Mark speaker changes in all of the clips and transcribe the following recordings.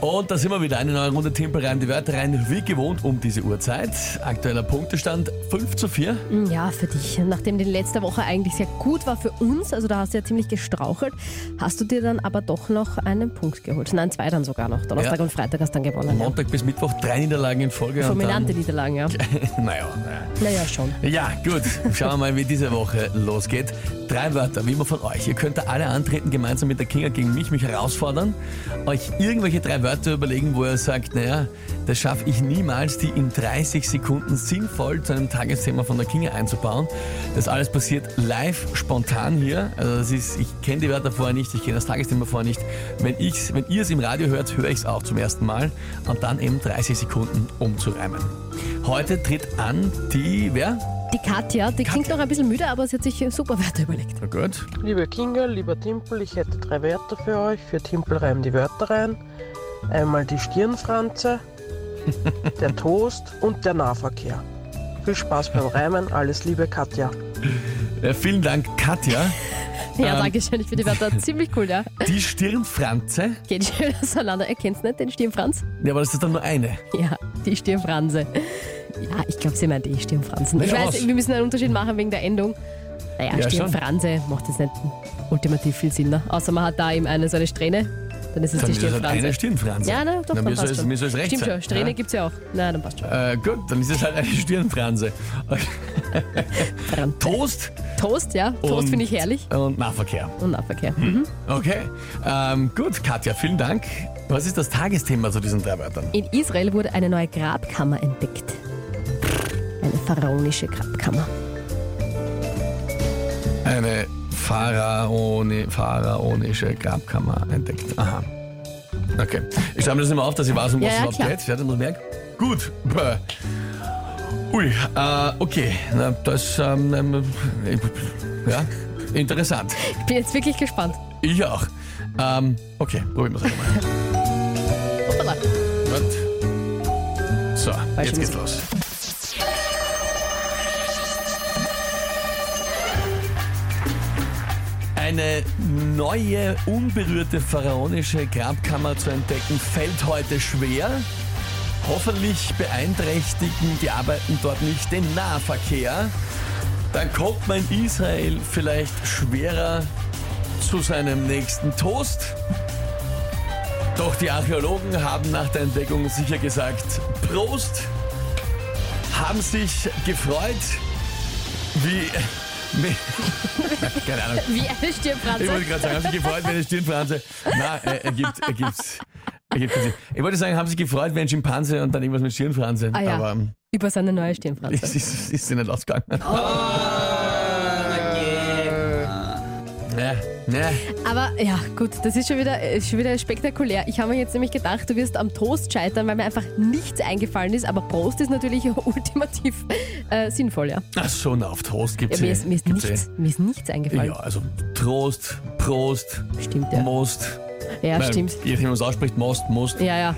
Speaker 1: Und da sind wir wieder. Eine neue Runde Tempel rein, die Wörter rein, wie gewohnt um diese Uhrzeit. Aktueller Punktestand 5 zu 4.
Speaker 2: Ja, für dich. Nachdem die letzte Woche eigentlich sehr gut war für uns, also da hast du ja ziemlich gestrauchelt, hast du dir dann aber doch noch einen Punkt geholt. Nein, zwei dann sogar noch. Donnerstag
Speaker 1: Ja.
Speaker 2: und Freitag hast du dann gewonnen. Ja.
Speaker 1: Montag bis Mittwoch drei Niederlagen in Folge. und
Speaker 2: Fulminante Niederlagen, ja.
Speaker 1: Dann, naja, naja.
Speaker 2: Naja, schon.
Speaker 1: Ja, gut. Schauen wir mal, wie diese Woche losgeht. Drei Wörter, wie immer von euch. Ihr könnt da alle antreten, gemeinsam mit der Kinga gegen mich, mich herausfordern, euch irgendwelche drei Wörter überlegen, wo ihr sagt, naja, das schaffe ich niemals, die in 30 Sekunden sinnvoll zu einem Tagesthema von der Kinga einzubauen. Das alles passiert live, spontan hier. Also das ist, ich kenne die Wörter vorher nicht, ich kenne das Tagesthema vorher nicht. Wenn, ich's, wenn ihr es im Radio hört, höre ich es auch zum ersten Mal und dann eben 30 Sekunden umzureimen. Heute tritt an die, wer?
Speaker 2: Die Katja, die klingt noch ein bisschen müde, aber sie hat sich super Wörter überlegt.
Speaker 1: Na gut.
Speaker 3: Liebe Kinga, lieber Timpel, ich hätte drei Wörter für euch. Für Timpel reimen die Wörter rein. Einmal die Stirnfranze, der Toast und der Nahverkehr. Viel Spaß beim Reimen, alles Liebe Katja.
Speaker 1: Äh, vielen Dank, Katja. Ähm.
Speaker 2: Ja, danke schön. Ich finde die Wörter ziemlich cool, ja.
Speaker 1: Die Stirnfranze.
Speaker 2: Geht schön auseinander. Erkennst nicht den Stirnfranz?
Speaker 1: Ja, aber das ist dann nur eine.
Speaker 2: Ja, die Stirnfranse. Ja, ich glaube, sie meint eh Stirnfransen. Ich
Speaker 1: Naja,
Speaker 2: weiß,
Speaker 1: was?
Speaker 2: wir müssen einen Unterschied machen wegen der Endung. Naja,
Speaker 1: Ja, schon.
Speaker 2: Stirnfranse macht jetzt nicht ultimativ viel Sinn. Ne? Außer man hat da eben eine so eine Strähne, dann ist es
Speaker 1: Dann
Speaker 2: die
Speaker 1: ist das halt
Speaker 2: Stirnfranse.
Speaker 1: eine Stirnfranse.
Speaker 2: ja, na, doch,
Speaker 1: Na,
Speaker 2: dann
Speaker 1: mir
Speaker 2: passt
Speaker 1: soll es-
Speaker 2: schon.
Speaker 1: mir soll es recht
Speaker 2: Stimmt
Speaker 1: sein,
Speaker 2: schon, Strähne
Speaker 1: ja.
Speaker 2: gibt's ja auch. Na, dann passt schon.
Speaker 1: Äh, gut, dann ist es halt eine Stirnfranse. Okay.
Speaker 2: Franze.
Speaker 1: Toast
Speaker 2: Toast, ja. Toast
Speaker 1: und-
Speaker 2: finde ich herrlich.
Speaker 1: und Nahverkehr.
Speaker 2: Und Nahverkehr.
Speaker 1: Hm.
Speaker 2: Mhm.
Speaker 1: Okay. Ähm, gut, Katja, vielen Dank. Was ist das Tagesthema zu diesen drei Wörtern?
Speaker 2: In Israel wurde eine neue Grabkammer entdeckt. Eine pharaonische Grabkammer.
Speaker 1: Eine Pharaone, pharaonische Grabkammer entdeckt. Aha. Okay. Ich schreibe mir das immer auf, dass ich weiß, um was
Speaker 2: Ja,
Speaker 1: es
Speaker 2: ja,
Speaker 1: überhaupt
Speaker 2: klar.
Speaker 1: geht. Ja, dann merkt. Gut. Bäh. Ui, äh, okay. Na, das, ähm, ähm, ich- ja, interessant.
Speaker 2: Ich bin jetzt wirklich gespannt.
Speaker 1: Ich auch. Ähm, okay, probieren wir es einmal.
Speaker 2: Hoppala.
Speaker 1: Gut. So,
Speaker 2: Falsche
Speaker 1: jetzt geht's
Speaker 2: Musik.
Speaker 1: los. Eine neue, unberührte pharaonische Grabkammer zu entdecken, fällt heute schwer. Hoffentlich beeinträchtigen die Arbeiten dort nicht den Nahverkehr. Dann kommt man in Israel vielleicht schwerer zu seinem nächsten Toast. Doch die Archäologen haben nach der Entdeckung sicher gesagt, Prost, haben sich gefreut, wie... wie- Keine Ahnung.
Speaker 2: Wie eine Stirnfranse.
Speaker 1: Ich wollte gerade sagen, haben Sie gefreut, wenn eine Stirnfranse. Nein, äh, er, er gibt er gibt's. Er gibt ich wollte sagen, haben Sie gefreut, wenn Schimpanse und dann irgendwas mit Stirnfranse.
Speaker 2: Ah ja.
Speaker 1: Aber ähm,
Speaker 2: Über seine neue Stirnfranse.
Speaker 1: es ist, es ist nicht ausgegangen.
Speaker 2: Oh,
Speaker 1: Ja, ja.
Speaker 2: Aber ja, gut, das ist schon wieder, äh, schon wieder spektakulär. Ich habe mir jetzt nämlich gedacht, du wirst am Toast scheitern, weil mir einfach nichts eingefallen ist. Aber Prost ist natürlich ultimativ äh, sinnvoll, ja.
Speaker 1: Ach so, na, auf Trost gibt
Speaker 2: ja
Speaker 1: es
Speaker 2: mir, ist, mir, ist nichts, mir ist nichts eingefallen.
Speaker 1: Ja, also Trost, Prost,
Speaker 2: Stimmt, ja.
Speaker 1: Most.
Speaker 2: Ja,
Speaker 1: Nein,
Speaker 2: stimmt.
Speaker 1: Je nachdem, wie man es ausspricht, Most, Most.
Speaker 2: Ja, ja,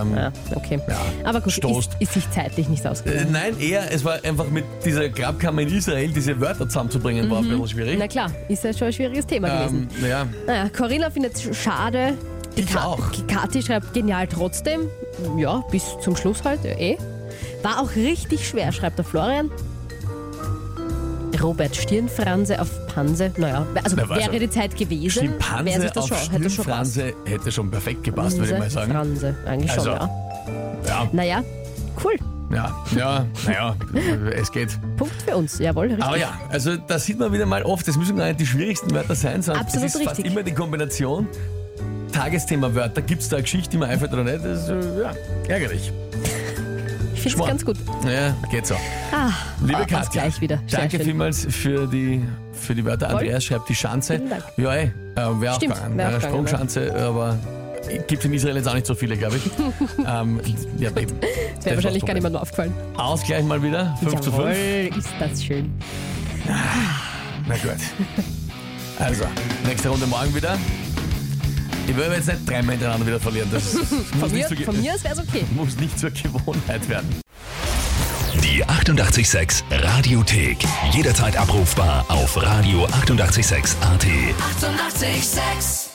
Speaker 1: Ähm,
Speaker 2: ja, okay. Aber gut,
Speaker 1: Stoßt.
Speaker 2: ist, ist sich zeitlich nicht
Speaker 1: äh,
Speaker 2: ausgegangen.
Speaker 1: nein, eher, es war einfach mit dieser Grabkammer in Israel, diese Wörter zusammenzubringen, war ein bisschen
Speaker 2: Mhm. Na
Speaker 1: schwierig.
Speaker 2: klar, ist ja schon ein schwieriges Thema gewesen.
Speaker 1: Äh, Ähm, naja,
Speaker 2: Naja, Corinna findet es schade. Die
Speaker 1: Ich
Speaker 2: Ka-
Speaker 1: auch.
Speaker 2: die Kathi schreibt genial trotzdem. Ja, bis zum Schluss halt, ja, eh. War auch richtig schwer, schreibt der Florian. Robert Stirnfranse auf Panse. Naja, also
Speaker 1: Na, war
Speaker 2: wäre
Speaker 1: schon.
Speaker 2: die Zeit gewesen. wäre sich
Speaker 1: Schimpanse
Speaker 2: das
Speaker 1: auf
Speaker 2: schon, hätte schon gepasst.
Speaker 1: Stirnfranse hätte schon perfekt gepasst, würde ich mal sagen.
Speaker 2: Franse, eigentlich
Speaker 1: Also,
Speaker 2: schon, ja.
Speaker 1: Ja,
Speaker 2: Naja, cool.
Speaker 1: ja, ja, naja, es geht.
Speaker 2: Punkt für uns. Jawohl, richtig.
Speaker 1: Aber ja, also das sieht man wieder mal oft, das müssen gar nicht die schwierigsten Wörter sein, sondern
Speaker 2: Absolut
Speaker 1: es ist fast
Speaker 2: richtig.
Speaker 1: immer die Kombination Tagesthema-Wörter. Gibt es da eine Geschichte, die mir einfällt oder nicht? Das ist, äh, ja, ärgerlich.
Speaker 2: ich finde es
Speaker 1: Schmarrn.
Speaker 2: ganz gut.
Speaker 1: Ja, geht so.
Speaker 2: Ah,
Speaker 1: Liebe
Speaker 2: auf
Speaker 1: Katja,
Speaker 2: gleich wieder. Sehr
Speaker 1: danke
Speaker 2: schön.
Speaker 1: vielmals für die, für die Wörter.
Speaker 2: Voll.
Speaker 1: Andreas schreibt die Schanze.
Speaker 2: Vielen Dank.
Speaker 1: Ja, ey, äh, wäre auch
Speaker 2: Stimmt,
Speaker 1: gegangen.
Speaker 2: wär auch
Speaker 1: Eine
Speaker 2: gegangen,
Speaker 1: Sprungschanze, aber gibt in Israel jetzt auch nicht so viele, glaube ich. ähm, ja, eben.
Speaker 2: Das wäre wahrscheinlich gar niemandem aufgefallen.
Speaker 1: Ausgleich mal wieder, 5 zu 5.
Speaker 2: Jawohl, ist das schön.
Speaker 1: Na gut. Also, nächste Runde morgen wieder. Ich will aber jetzt nicht dreimal hintereinander wieder verlieren. Das muss
Speaker 2: Von mir,
Speaker 1: nicht zur Ge-
Speaker 2: von mir aus wäre es okay.
Speaker 1: muss nicht zur Gewohnheit werden.
Speaker 4: Die Die 886 Radiothek. Jederzeit abrufbar auf radio886.at. 886!
Speaker 5: 886